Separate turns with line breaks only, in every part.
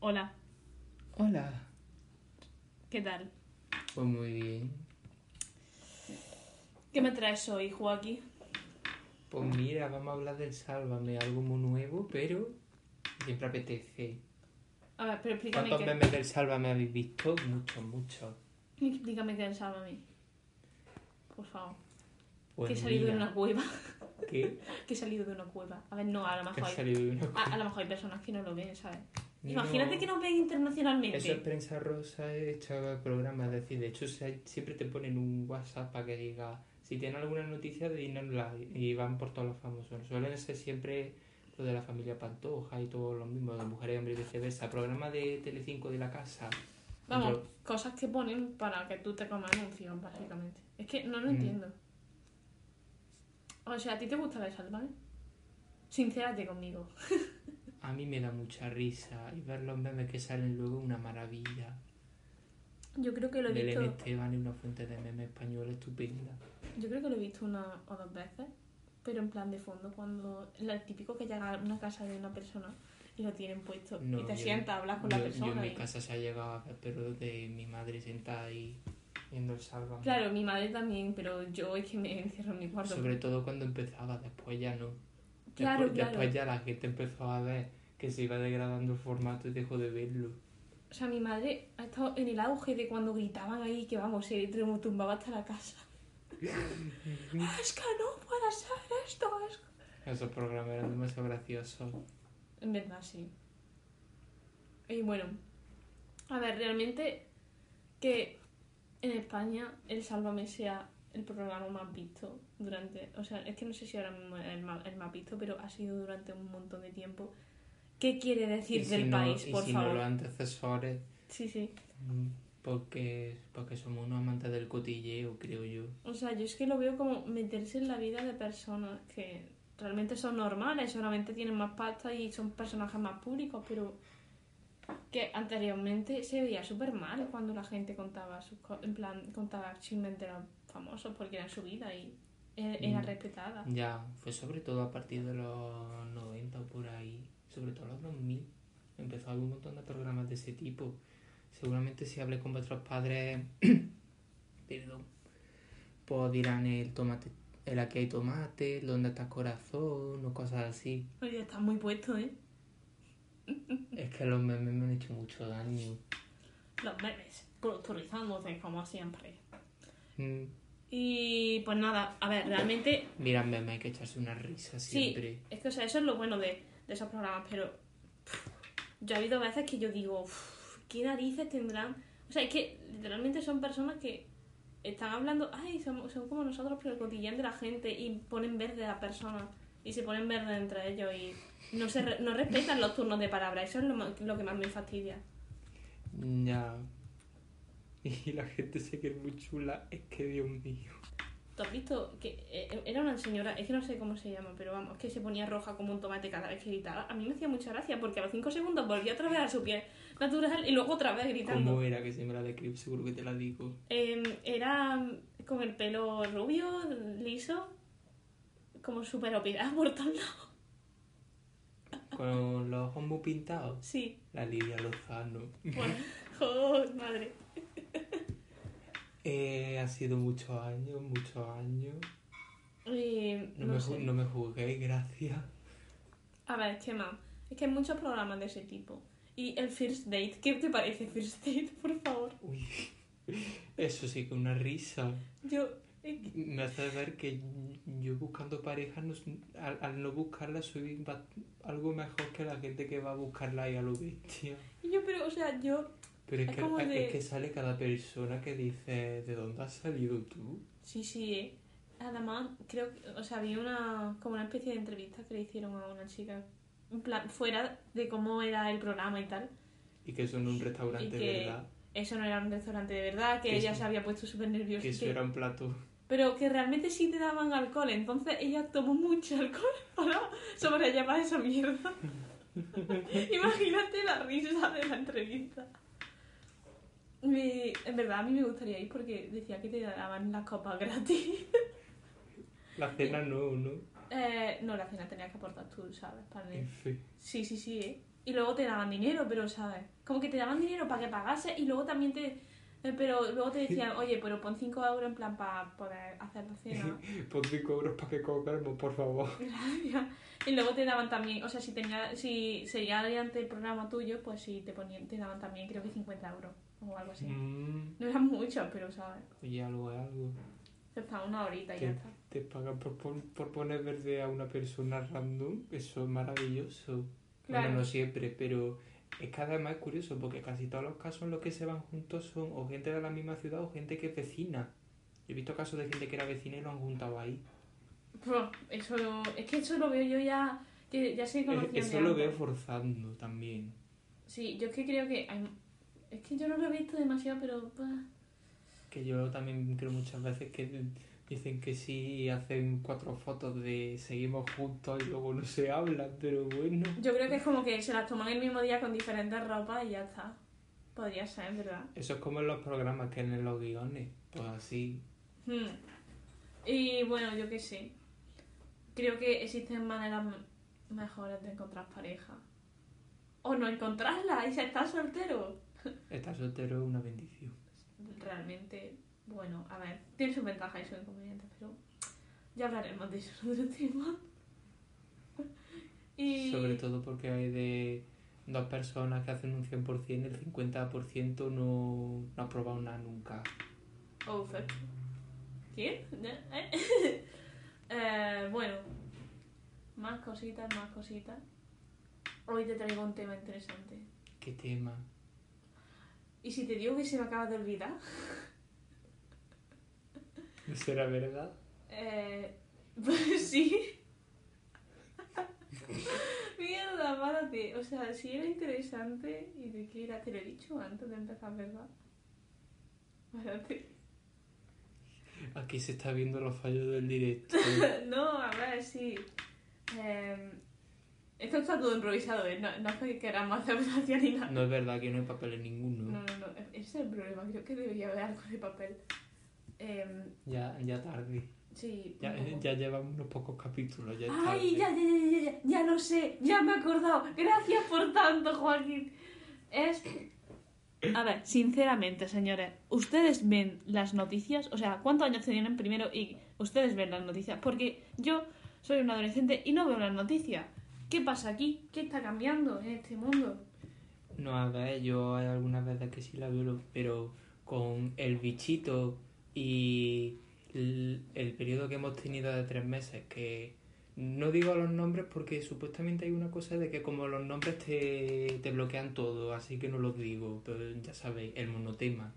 Hola,
Hola.
¿qué tal?
Pues muy bien.
¿Qué me traes hoy, Joaquín?
Pues mira, vamos a hablar del Sálvame, algo muy nuevo, pero siempre apetece.
A ver, pero explícame
¿Cuántos
qué,
memes del Sálvame habéis visto? Muchos, muchos.
explícame qué es Sálvame. Por favor.
Pues
que he salido de
mira,
una cueva.
que-
que he salido de una cueva. A ver, no, a lo
que
mejor
ha
hay,
salido de una
a, a lo mejor hay personas que no lo ven, ¿sabes?
No.
Imagínate que nos ven internacionalmente.
Eso es prensa rosa, hecha programa, es decir, de hecho se- siempre te ponen un WhatsApp para que diga si tienen alguna noticia, dínosla y van por todos los famosos. Suelen ser siempre lo de la familia Pantoja y todo lo mismo, de mujeres y hombres y viceversa. Programa de Telecinco de la casa.
Vamos,
Yo-
cosas que ponen para que tú te comas anuncios, básicamente. Es que no lo
Mm.
entiendo. O sea, ¿a ti te gusta la de Sálvame? Sincérate conmigo.
A mí me da mucha risa y ver los memes que salen luego es una maravilla.
Yo creo que lo he
Belén
visto.
Esteban es una fuente de memes español estupenda.
Yo creo que lo he visto una o dos veces, pero en plan de fondo, cuando el típico que llega a una casa de una persona y lo tienen puesto
No,
y te
yo-
sientas a hablar Ah, con la
yo,
persona. ¿eh?
yo en mi
y-
casa se ha llegado a ver pero de mi madre sentada ahí viendo el salva.
Claro, mi madre también, pero yo es que me encierro en mi cuarto.
Sobre todo cuando empezaba, después ya no.
Claro,
después,
claro.
después ya la gente empezó a ver que se iba degradando el formato y dejó de verlo.
O sea, mi madre ha estado en el auge de cuando gritaban ahí que vamos, se tumbaba hasta la casa. "Ah, es que no puede ser esto. Es...
Esos programas eran demasiado graciosos.
En verdad, sí. Y bueno, a ver, realmente que en España el Sálvame sea el programa más visto durante, o sea, es que no sé si ahora mismo es el más, el más visto, pero ha sido durante un montón de tiempo. ¿Qué quiere decir
y si
del
no,
país,
y
por
si
favor?
no los antecesores,
Sí, sí.
mm, porque, porque somos unos amantes del cotilleo, creo yo.
O sea, yo es que lo veo como meterse en la vida de personas que realmente son normales, solamente tienen más pasta y son personajes más públicos, pero que anteriormente se veía súper mal cuando la gente contaba sus co- en plan, contaba chismes de los famosos porque era su vida y e- era
Mm.
respetada.
Ya, fue sobre todo a partir de los 90 o por ahí, sobre todo los 2000. Empezó a haber un montón de programas de ese tipo. Seguramente si hablé con vuestros padres, perdón, pues dirán el tomate, el aquí hay tomate, el dónde está corazón, o cosas así.
Oye, estás muy puesto, ¿eh?
Es que los memes me han hecho mucho daño.
Los memes, culturizándose como siempre.
Mm,
Y pues nada, a ver, realmente
Mira, memes hay que echarse una risa siempre.
Sí, es que o sea, eso es lo bueno de, de esos programas, pero pff, yo ha habido veces que yo digo, "Uf, ¿qué narices tendrán? O sea, es que literalmente son personas que están hablando, ay, son, son como nosotros, pero cotillan de la gente y ponen verde a la persona y se ponen verde entre ellos y no se re- no respetan los turnos de palabra, eso es lo, ma- lo que más me fastidia.
Mm, Ya. Y la gente se cree muy chula, es que Dios mío.
¿Tú has visto que eh, era una señora, es que no sé cómo se llama, pero vamos, que se ponía roja como un tomate cada vez que gritaba? A mí me hacía mucha gracia porque a los 5 segundos volvía otra vez a su pie natural y luego otra vez gritando.
¿Cómo era que se me la describe? Seguro que te la digo.
Eh, era mm, con el pelo rubio, liso, como súper operada por todos lados.
Con los ojos muy pintados.
Sí,
La Lidia Lozano.
bueno, oh, madre.
Eh, ha sido muchos años, muchos años.
Eh,
No,
no
me,
sé.
ju- no me juzguéis, gracias.
A ver, ¿qué más? Es que hay muchos programas de ese tipo. Y el First Date, ¿qué te parece First Date, por favor?
Uy, eso sí que una risa.
Yo... es que-
Me hace ver que yo buscando pareja, no s- al, al no buscarla, soy ba- algo mejor que la gente que va a buscarla y a lo bestia.
Y yo, pero, o sea, yo...
Pero es,
Es
que,
como
es
de-
que sale cada persona que dice, ¿de dónde has salido tú?
Sí, sí, eh. Además, creo que, o sea, había una, como una especie de entrevista que le hicieron a una chica, en plan, fuera de cómo era el programa y tal.
Y que son un restaurante,
que-
¿verdad?
Eso no era un restaurante de verdad, que
Que
ella
sí.
se había puesto súper nerviosa.
Que
y
eso
que-
era un plato.
Pero que realmente sí te daban alcohol, entonces ella tomó mucho alcohol para sobrellevar esa mierda. Imagínate la risa de la entrevista. Y, en verdad, a mí me gustaría ir porque decía que te daban las copas gratis.
La cena no, ¿no?
Eh, no, la cena tenías que aportar tú, ¿sabes? Para el-
F.
Sí, sí, sí, ¿eh? y luego te daban dinero, pero, ¿sabes? Como que te daban dinero para que pagases y luego también te... eh, Pero luego te decían, oye, pero pon 5 euros en plan para poder hacer la cena.
Pon 5 euros para que cobremos, por favor.
Gracias. Y luego te daban también, o sea, si tenía, si seguía adelante el programa tuyo, pues sí, te ponían, te daban también creo que 50 euros o algo así.
Mm,
No eran muchos, pero, ¿sabes?
oye, algo es algo.
Está una horita y
¿Qué?
ya está.
Te pagan por, pon- por poner verde a una persona random. Eso es maravilloso.
Claro.
Bueno, no siempre, pero es que además es curioso porque casi todos los casos en los que se van juntos son o gente de la misma ciudad o gente que es vecina. Yo he visto casos de gente que era vecina y lo han juntado ahí.
Bro, pues, eso, es que eso lo veo yo ya, que ya se
Eh,
conocían de
Eso lo
antes.
veo forzando también.
Sí, yo es que creo que hay- Es que yo no lo he visto demasiado, pero... bah.
Que yo también creo muchas veces que dicen que sí y hacen cuatro fotos de seguimos juntos y luego no se hablan, pero bueno.
Yo creo que es como que se las toman el mismo día con diferentes ropas y ya está. Podría ser, ¿verdad?
Eso es como en los programas que en los guiones. Pues así.
Hmm. Y bueno, yo qué sé. Creo que existen maneras me- mejores de encontrar pareja. O no encontrarla y se está soltero.
Estar soltero es una bendición.
Realmente, bueno, a ver, tiene sus ventajas y sus inconvenientes, pero ya hablaremos de eso en otro tema. Y...
Sobre todo porque hay de dos personas que hacen un 100%, el 50% no, no ha probado nada nunca.
Oh, fuck. ¿Quién? ¿Eh? Eh, bueno, más cositas, más cositas. Hoy te traigo un tema interesante.
¿Qué tema?
Y si te digo que se me acaba de olvidar,
¿No será verdad?
eh, pues sí. Mierda, párate. O sea, si era interesante y te quiera, te lo he dicho antes de empezar, ¿verdad? Párate.
Aquí se está viendo los fallos del directo.
No, a ver, sí. Eh, esto está todo improvisado, ¿eh? No, no es que queramos hacer gracia ni nada.
No es verdad que no hay papeles
No,
ninguno.
no, no. Ese es el problema. Creo que debería haber algo de papel. Eh,
Ya, ya tarde.
sí.
Ya, eh,
un poco.
ya llevamos unos pocos capítulos. Ya es
Ay, ya,
tarde.
ya, ya, ya, ya, ya lo sé, ya me he acordado. Gracias por tanto, Joaquín. Es. A ver, sinceramente, señores, ¿ustedes ven las noticias? O sea, ¿cuántos años tenían primero y ustedes ven las noticias? Porque yo soy un adolescente y no veo las noticias. ¿Qué pasa aquí? ¿Qué está cambiando en este mundo?
No, a ver, yo hay algunas veces que sí la veo, pero con el bichito y l- el, periodo que hemos tenido de tres meses, que no digo los nombres porque supuestamente hay una cosa de que como los nombres te, te bloquean todo, así que no los digo, pero ya sabéis, el monotema.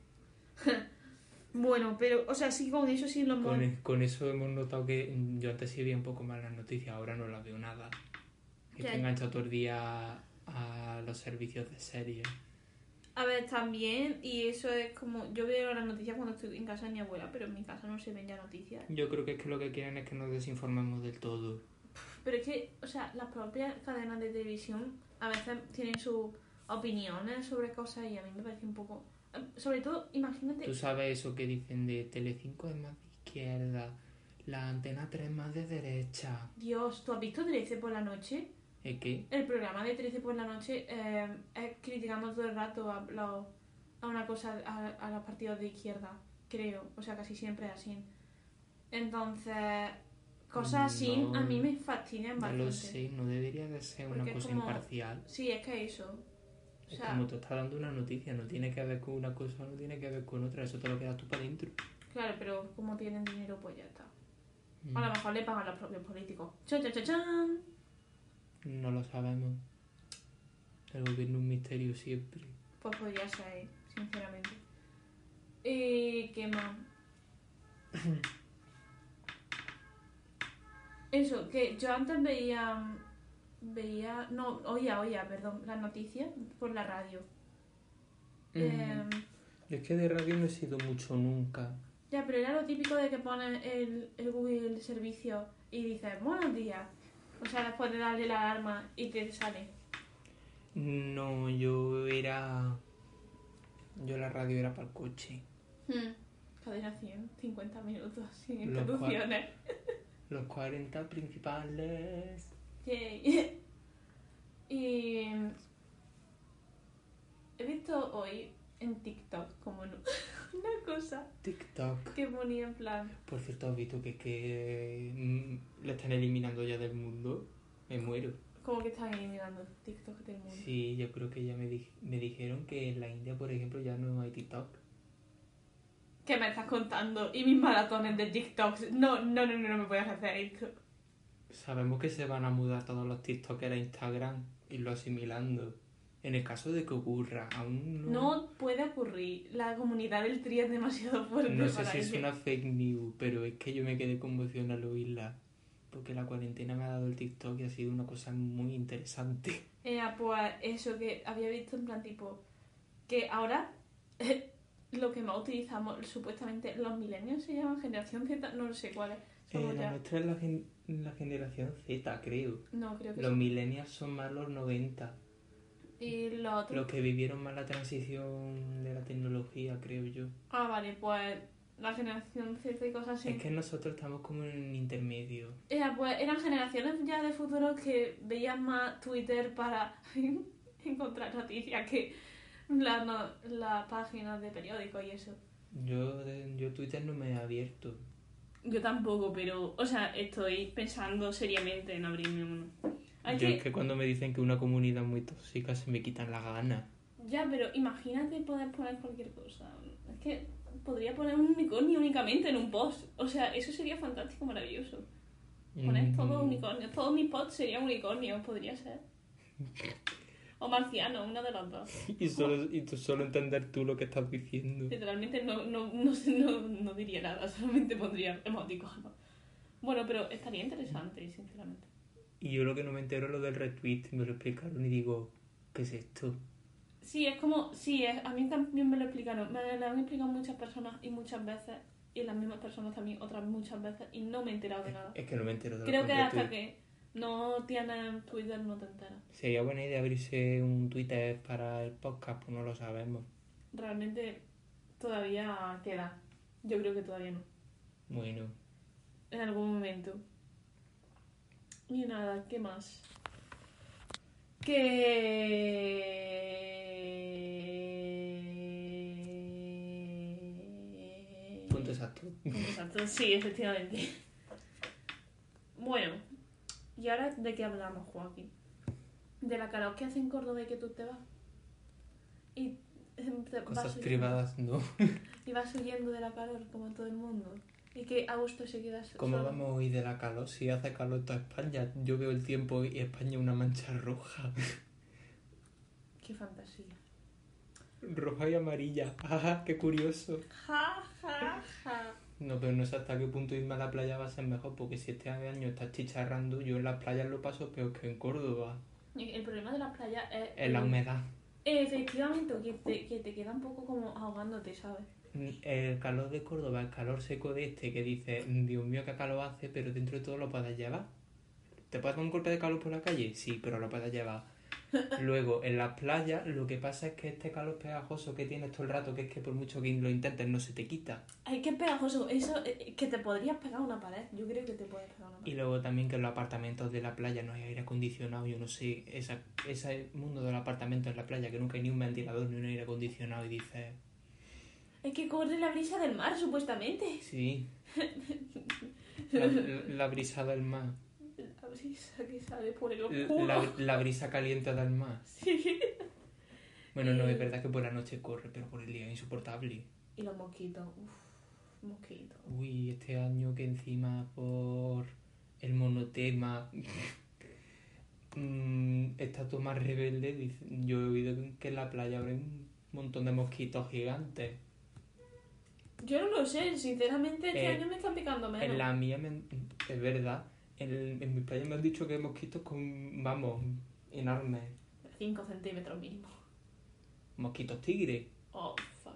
Bueno, pero, o sea, sí, con eso sí lo hemos...
Con, e- con eso hemos notado que mm, yo antes sí veía un poco más las noticias, ahora no las veo nada.
Ya.
Estoy enganchado todo el día a los servicios de series.
A ver, también, y eso es como... Yo veo las noticias cuando estoy en casa de mi abuela, pero en mi casa no se ven ya noticias.
Yo creo que es que lo que quieren es que nos desinformemos del todo.
Pero es que, o sea, las propias cadenas de televisión a veces tienen sus opiniones sobre cosas y a mí me parece un poco... em, Sobre todo, imagínate...
Tú sabes eso que dicen de Telecinco es más de izquierda, la antena 3 más de derecha.
Dios, ¿tú has visto 13 por la noche?
¿Es que
El programa de 13 por la noche eh, es criticando todo el rato a, los- a una cosa, a, a los partidos de izquierda, creo. O sea, casi siempre es así. Entonces, cosas así
No.
a mí me fastidian
Ya
bastante.
lo sé, no debería de ser una
Porque es
cosa
como-
imparcial.
Sí, es que eso. O
Es
sea,
como te está dando una noticia, no tiene que ver con una cosa, no tiene que ver con otra, eso te lo quedas tú para adentro.
claro, pero como tienen dinero, pues ya está.
Mm,
A lo mejor le pagan los propios políticos. Cha, cha, cha, chan.
No lo sabemos. El gobierno es un misterio siempre.
Pues podría ser, sinceramente. ¿Y qué más? Eso, que yo antes veía. Veía. No, oía, oía, perdón, las noticias por la radio. Eh,
Mm, Es que de radio no he sido mucho nunca.
ya, pero era lo típico de que pones el, el Google servicio y dices, buenos días. O sea, después de darle la alarma y te sale.
No, yo era... Yo la radio era para el coche.
Cadena 100, 50 minutos sin
Lo cual-
interrupciones.
Los 40 principales.
Yay. y mm, visto hoy en TikTok como no- una cosa
TikTok.
que ponía en plan.
Por cierto, ¿has visto que, que mm, la están eliminando ya del mundo? Me muero.
Como que estaban eliminando TikTok del mundo.
Sí, yo creo que ya me, di- me dijeron que en la India, por ejemplo, ya no hay TikTok.
¿Qué me estás contando? Y mis maratones de TikToks. No, no, no, no, no me puedes hacer esto.
Sabemos que se van a mudar todos los TikTokers a Instagram y lo asimilando. En el caso de que ocurra, aún no.
No puede ocurrir. La comunidad del tri es demasiado fuerte
No sé
para
si es
ello.
una fake news, pero es que yo me quedé conmocionado al oírla. Porque la cuarentena me ha dado el TikTok y ha sido una cosa muy interesante.
Eh, pues eso que había visto en plan tipo que ahora lo que más utilizamos supuestamente los millennials se llaman generación Z, no lo sé cuál es.
Eh,
Somos
la
ya-
nuestra es la, gen- la generación Z, creo.
No, creo que
Los
sí.
millennials son más los 90.
Y los otros.
Los que vivieron más la transición de la tecnología, creo yo.
Ah, vale, pues la generación Z y cosas así.
Es que nosotros estamos como en intermedio.
Era, pues, eran generaciones ya de futuro que veían más Twitter para encontrar noticias que las no- las páginas de periódicos y eso.
Yo, yo Twitter no me he abierto.
Yo tampoco, pero, o sea, estoy pensando seriamente en abrirme uno. Hay
Yo
que-
es que cuando me dicen que una comunidad muy tóxica se me quitan las ganas.
Ya, pero imagínate poder poner cualquier cosa. Es que podría poner un unicornio únicamente en un post. O sea, eso sería fantástico, maravilloso. Poner
Mm,
todo unicornio. Todos mis posts serían unicornios, podría ser. O marciano, una de las dos.
Y, solo, y tú solo entender tú lo que estás diciendo.
Literalmente no, no, no, sé, no, no diría nada, solamente pondría emoticonos. Bueno, pero estaría interesante, sinceramente.
Y yo lo que no me entero es lo del retweet. Me lo explicaron y digo, ¿qué es esto?
Sí, es como, sí, es, a mí también me lo explicaron, me lo han explicado muchas personas y muchas veces, y las mismas personas también otras muchas veces, y no me he enterado de nada.
Es que no me entero de
Creo
los
que hasta
retweets.
que no tienes Twitter no te enteras.
Sería buena idea abrirse un Twitter para el podcast, pues no lo sabemos.
Realmente todavía queda, yo creo que todavía no,
Bueno,
en algún momento. Y nada, ¿qué más? Que...
punto exacto.
Exacto, sí, efectivamente. Bueno, ¿y ahora de qué hablamos, Joaquín? De la karaoke que hace en Córdoba y que tú te vas. Y em, te
Cosas
vas huyendo-
privadas, no.
Y vas huyendo de la calor, como todo el mundo. Y que a gusto se queda so-
¿Cómo
solo.
vamos hoy de la calor? Si hace calor toda España. Yo veo el tiempo y España una mancha roja.
Qué fantasía.
Roja y amarilla. Ajá, qué curioso.
Ja, ja, ja.
No, pero no sé hasta qué punto irme a la playa va a ser mejor, porque si este año estás chicharrando, yo en las playas lo paso peor que en Córdoba.
Y El problema de las playas es.
En la humedad.
Efectivamente, que te, que te queda un poco como ahogándote, ¿sabes?
El calor de Córdoba, el calor seco de este, que dice, Dios mío, qué calor hace, pero dentro de todo lo puedes llevar. ¿Te puedes dar un golpe de calor por la calle? Sí, pero lo puedes llevar. Luego, en las playas, lo que pasa es que este calor pegajoso que tienes todo el rato, que es que por mucho que lo intentes, no se te quita.
Ay, qué pegajoso. Eso, eh, que te podrías pegar una pared. Yo creo que te puedes pegar una pared.
Y luego también que en los apartamentos de la playa no hay aire acondicionado, yo no sé, esa, ese mundo del apartamento en la playa, que nunca hay ni un ventilador ni un aire acondicionado, y dices,
Es que corre la brisa del mar, supuestamente.
sí, la, la- la brisa del mar,
La brisa que sale por el oscuro.
Eh, la, la brisa caliente del mar.
Sí.
Bueno, no, es verdad que por la noche corre, pero por el día es insoportable.
Y los mosquitos. Uf, mosquitos.
Uy, este año que encima por el monotema mm, está todo más rebelde, dice- yo he oído que en la playa habrá un montón de mosquitos gigantes.
Yo no lo sé, sinceramente este
Eh,
año me están picando menos.
En la mía, me han- es verdad, en, en mi playa me han dicho que hay mosquitos con, vamos, enormes.
5 centímetros mínimo.
Mosquitos tigres.
Oh, fuck.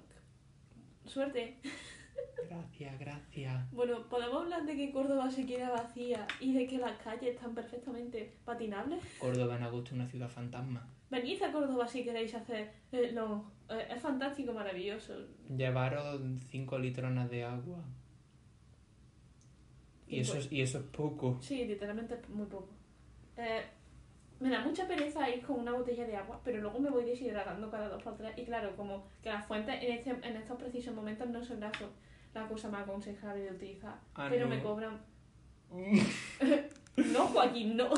Suerte.
Gracias, gracias.
Bueno, ¿podemos hablar de que Córdoba se queda vacía y de que las calles están perfectamente patinables?
Córdoba en agosto es una ciudad fantasma.
Venid a Córdoba si queréis hacer eh, lo- eh, es fantástico, maravilloso.
Llevaros 5 litronas de agua. Y pues eso, es, y eso es poco.
Sí, literalmente es muy poco. Eh, Me da mucha pereza ir con una botella de agua, pero luego me voy deshidratando cada dos por tres. Y claro, como que las fuentes en, este- en estos precisos momentos no son la, so- la cosa más aconsejable de utilizar.
Ah,
pero
no.
me cobran.
Oh.
No, Joaquín, no.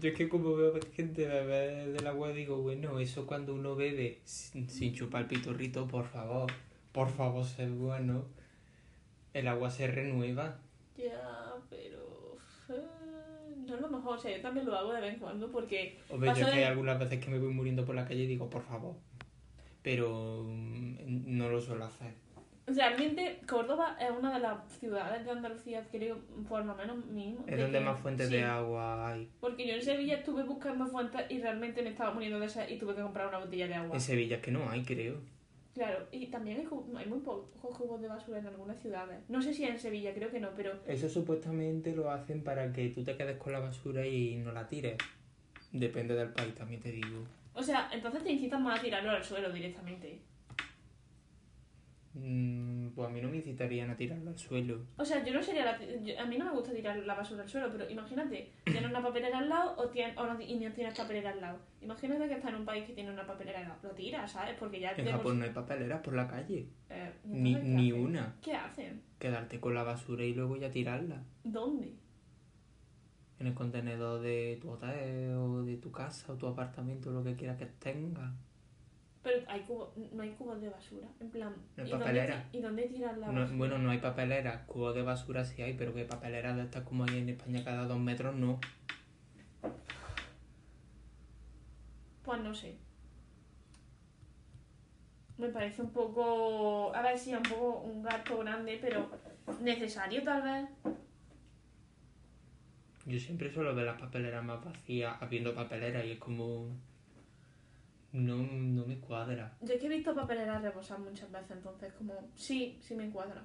Yo es que como veo a gente beber del agua digo, bueno, eso cuando uno bebe sin, sin chupar pitorrito, por favor, por favor, sé bueno. El agua se renueva.
Ya, pero. eh, No es lo mejor. O sea, yo también lo hago de vez en cuando porque.
Hombre, yo
Pasa
es que hay
de-
algunas veces que me voy muriendo por la calle y digo, por favor. Pero mm, no lo suelo hacer.
Realmente, Córdoba es una de las ciudades de Andalucía, creo, por lo menos mínimo.
Es
de
donde
que-
más fuentes
sí,
de agua hay.
Porque yo en Sevilla estuve buscando fuentes y realmente me estaba muriendo de sed y tuve que comprar una botella de agua.
En Sevilla es que no hay, creo.
Claro, y también hay, ju- hay muy pocos cubos de basura en algunas ciudades. No sé si en Sevilla, creo que no, pero
Eso supuestamente lo hacen para que tú te quedes con la basura y no la tires. Depende del país, también te digo.
O sea, entonces te incitan más a tirarlo al suelo directamente.
Mm, pues a mí no me incitarían a tirarlo al suelo.
O sea, yo no sería la ti- yo- a mí no me gusta tirar la basura al suelo, pero imagínate, tienes una papelera al lado o tien- o no, ti- y no tienes papelera al lado. Imagínate que estás en un país que tiene una papelera al lado. Lo tiras, ¿sabes? Porque ya
En
de por-
Japón no hay papeleras por la calle.
Eh, ¿y
Ni,
entonces qué
ni
hacen?
una.
¿Qué hacen?
Quedarte con la basura y luego ya tirarla.
¿Dónde?
En el contenedor de tu hotel o de tu casa o tu apartamento, lo que quieras que tenga.
Pero hay cubo, no hay cubos de basura. En plan,
No hay
¿y, dónde,
papelera.
ti- ¿y dónde tiras la
No-
basura?
bueno, no hay papeleras. Cubos de basura sí hay, pero que papeleras de estas como hay en España cada dos metros no.
Pues no sé. Me parece un poco. A ver si un poco un gasto grande, pero necesario tal vez.
Yo siempre suelo ver las papeleras más vacías habiendo papeleras y es como... No, no me cuadra.
Yo es que he visto papeleras rebosar muchas veces, entonces como sí, sí me encuadra.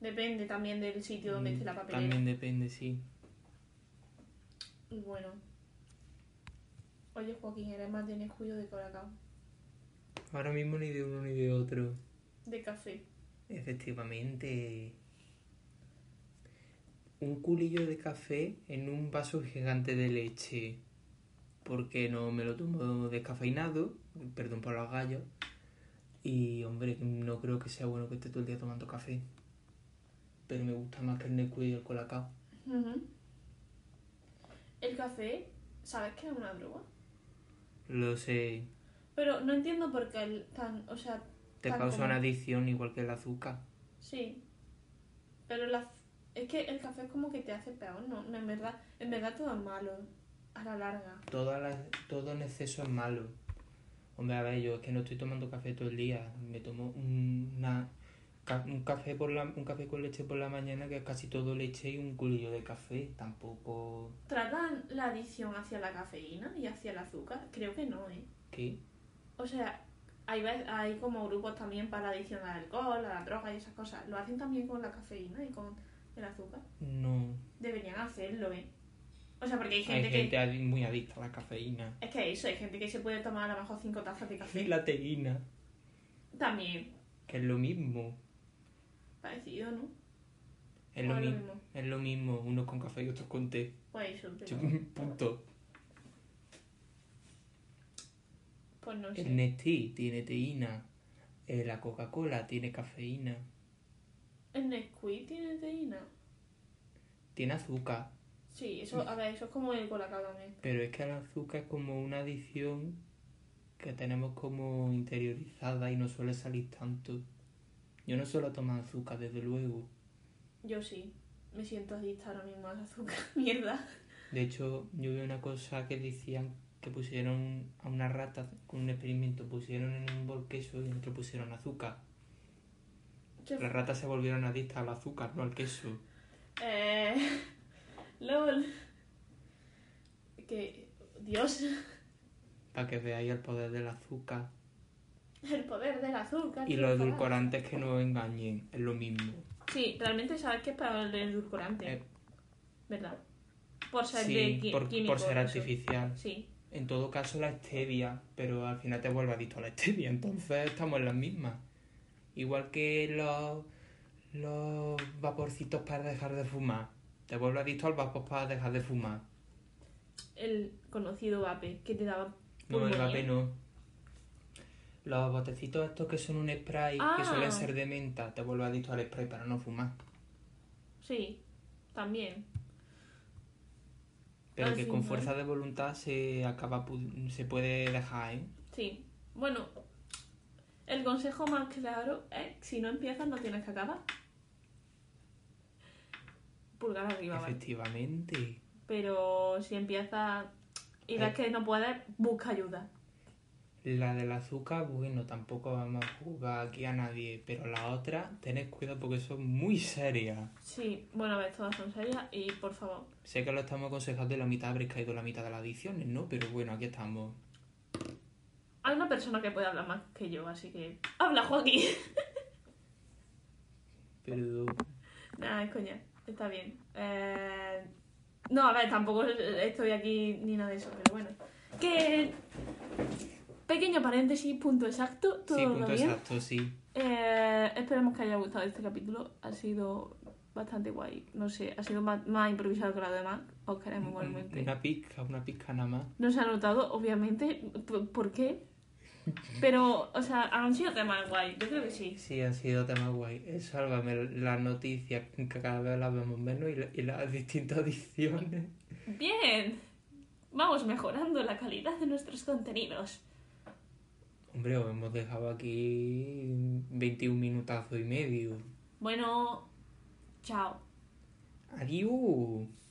Depende también del sitio donde esté la
Mm,
papelera.
También depende, sí.
Y bueno. Oye Joaquín, eres más de Nescuyo de Coracao.
Ahora mismo ni de uno ni de otro.
De café.
Efectivamente. Un culillo de café en un vaso gigante de leche. Porque no me lo tomo descafeinado. Perdón por los gallos. Y hombre, no creo que sea bueno que esté todo el día tomando café. Pero me gusta más que el Nesquik y el colacao.
Ujú. El café, ¿sabes que es una droga?
Lo sé.
Pero no entiendo por qué el tan, o sea,
Te
Tal
causa
como-
una adicción igual que el azúcar.
Sí. Pero la, es que el café es como que te hace peor, ¿no? No, En verdad, en verdad todo es malo. A la larga.
Todas las- todo en exceso es malo. Hombre, a ver, yo es que no estoy tomando café todo el día. Me tomo un- una, ca- un, café por la, un café con leche por la mañana que es casi todo leche y un culillo de café. Tampoco...
¿Tratan la adicción hacia la cafeína y hacia el azúcar? Creo que no, ¿eh?
¿Qué?
O sea, hay, vez- hay como grupos también para la adicción al alcohol, a la droga y esas cosas. Lo hacen también con la cafeína y con el azúcar.
No.
Deberían hacerlo, ¿eh? O sea, porque hay gente,
Hay gente adi- muy adicta a la cafeína.
que... Es que eso, hay gente que se puede tomar a lo mejor cinco tazas de
Y
café.
la teína,
También,
que es lo mismo.
parecido, ¿no?
Es lo,
O es
mismo. Es lo mismo, unos con café y otros con té.
Pues eso, pero-
Punto.
Pues no sé.
El Nestí tiene teína. Eh, la Coca-Cola tiene cafeína.
¿El Nesquik tiene teína?
Tiene azúcar.
Sí, eso, a ver, eso es como el colacao también.
Pero es que el azúcar es como una adicción que tenemos como interiorizada y no suele salir tanto. Yo no suelo tomar azúcar, desde luego.
Yo sí, me siento adicta ahora mismo al azúcar, mierda.
De hecho, yo vi una cosa que decían que pusieron a una rata con un experimento, pusieron en un bol queso y en otro pusieron azúcar.
Qué
Las ratas se volvieron adictas al azúcar, no al queso.
f- Eh... LOL. Que... Dios,
Para que veáis el poder del azúcar.
el poder del azúcar.
Y
qué
los
enfadada.
edulcorantes que no engañen, es lo mismo.
Sí, realmente sabes que es para el edulcorante,
Eh.
¿verdad? Por ser de
Sí,
qui-
por,
químico,
por ser
eso.
artificial.
Sí,
En todo caso, la stevia, pero al final te vuelve adicto a la stevia, entonces estamos en las mismas. Igual que los, los vaporcitos para dejar de fumar, te vuelve adicto al vapor para dejar de fumar.
el conocido vape que te daba
No, el
pulmonía.
vape no. Los botecitos estos que son un spray,
Ah.
que suelen ser de menta, te vuelvo adicto al spray para no fumar.
Sí, también.
Pero
Al
que con
final.
fuerza de voluntad se acaba pu- se puede dejar, ¿eh?
Sí. Bueno, el consejo más claro es si no empiezas no tienes que acabar. Pulgar arriba, ¿vale?
Efectivamente.
Pero si empiezas y ves
Eh.
que no puedes, busca ayuda.
La del azúcar, bueno, tampoco vamos a jugar aquí a nadie, pero la otra, tened cuidado porque son muy serias.
Sí, bueno, a ver, todas son serias y por favor,
Sé que lo estamos aconsejando y la mitad habréis caído en la mitad de las adicciones, ¿no? Pero bueno, aquí estamos.
hay una persona que puede hablar más que yo, así que habla Joaquín.
Pero
Nada, es coña, está bien. Eh, No, a ver, tampoco estoy aquí ni nada de eso, pero bueno. Que... Pequeño paréntesis, punto exacto, todo
sí,
lo
punto
bien.
exacto, sí.
Eh, esperemos que haya gustado este capítulo. Ha sido bastante guay. No sé, ha sido más, más improvisado que lo demás. Os queremos
Mm,
igualmente.
Una pizca, una pizca nada más.
No se ha notado, obviamente, p- por qué. Pero, o sea, han sido temas guay. Yo creo que sí.
Sí, han sido temas guay. Eh, Sálvame las noticias, que cada vez las vemos menos y, la- y las distintas adicciones.
Bien. Vamos mejorando la calidad de nuestros contenidos.
Hombre, os hemos dejado aquí 21 minutazos y medio.
Bueno, chao.
Adiós.